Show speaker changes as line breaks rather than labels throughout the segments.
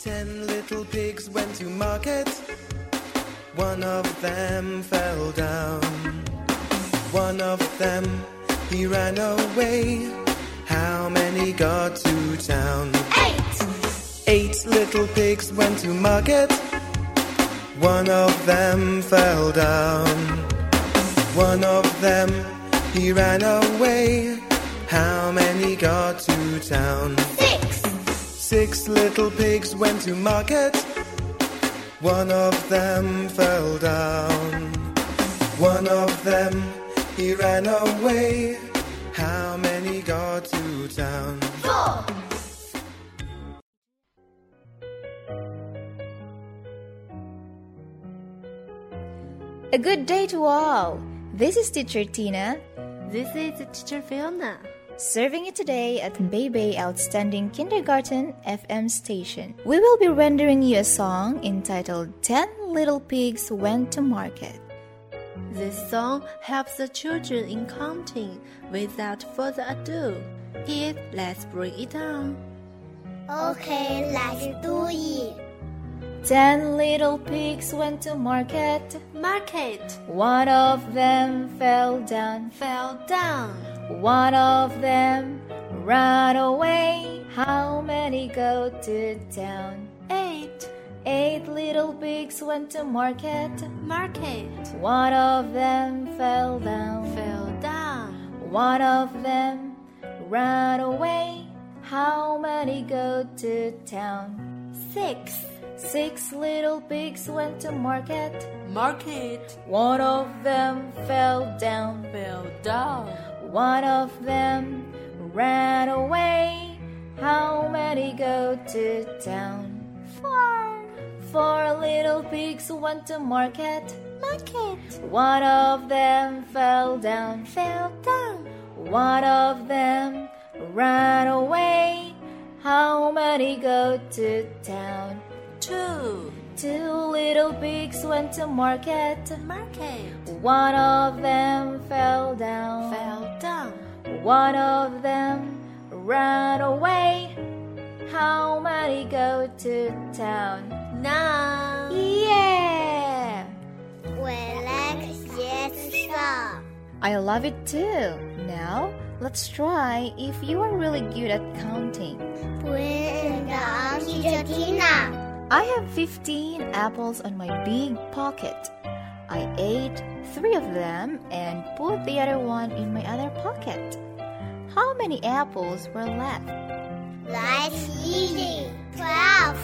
Ten little pigs went to market. One of them fell down. One of them, he ran away. How many got to town? Eight little pigs went to market. One of them fell down. One of them, he ran away. How many got to town? Six little pigs went to market. One of them fell down. One of them, he ran away. How many got to town?
A good day to all. This is teacher Tina,
This is teacher Fiona.
serving you today at Beibei Outstanding Kindergarten FM station. We will be rendering you a song entitled 10 Little Pigs Went to Market.
This song helps the children in counting. Without further ado, kids, let's bring it on.
Okay, let's do it.
10 little pigs went to market.
Market
One of them fell down.
fell down.
One of them ran away. How many go to town?
Eight.
Eight little pigs went to market.
Market
One of them fell down.
fell down.
One of them ran away. How many go to town?
Six.
Six little pigs went to market.
Market
One of them fell down.
fell down.
One of them ran away. How many go to town? Four. Four little pigs went to market.
Market
One of them fell down.
fell down.
One of them ran away. How many go to town?
Two.
Two little pigs went to market.
Market
One of them fell down.
fell down.
One of them ran away. How many go to town?
Nine.
Yeah!
We like this song.
I love it too. Now, let's try if you are really good at counting.
Bring the teacher Tina.
I have 15 apples on my big pocket. I ate three of them and put the other one in my other pocket. How many apples were left?
That's easy. Twelve.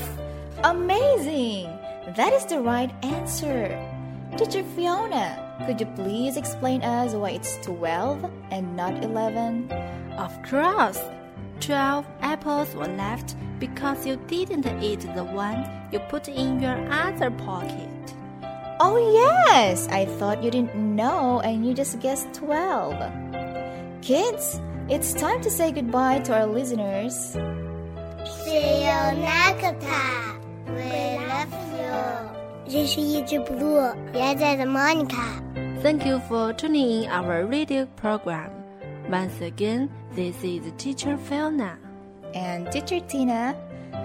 Amazing! That is the right answer. Teacher Fiona, could you please explain us why it's 12 and not 11?
Of course. Twelve apples were left because you didn't eat the one you put in your other pocket.
Oh, yes! I thought you didn't know and you just guessed 12. Kids, it's time to say goodbye to our listeners.
See you next time. We love you. 这是一只 blue 原在的 Monica。
Thank you for tuning in our radio program. Once again, this is teacher Fiona.
And Teacher Tina,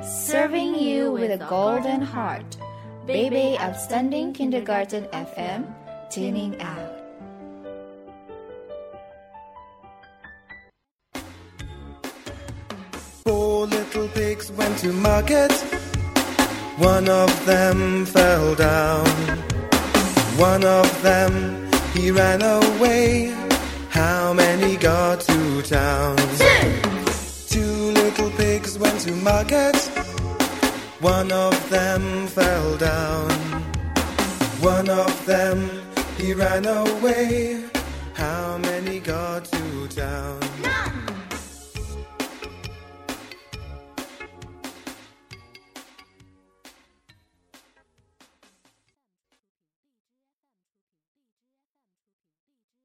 serving you with a golden heart. Baby Outstanding Kindergarten FM, tuning out.
Four little pigs went to market. One of them fell down. One of them, he ran away. How many got to town? Two! little pigs went to market. One of them fell down. One of them, he ran away. How many got to town?
None.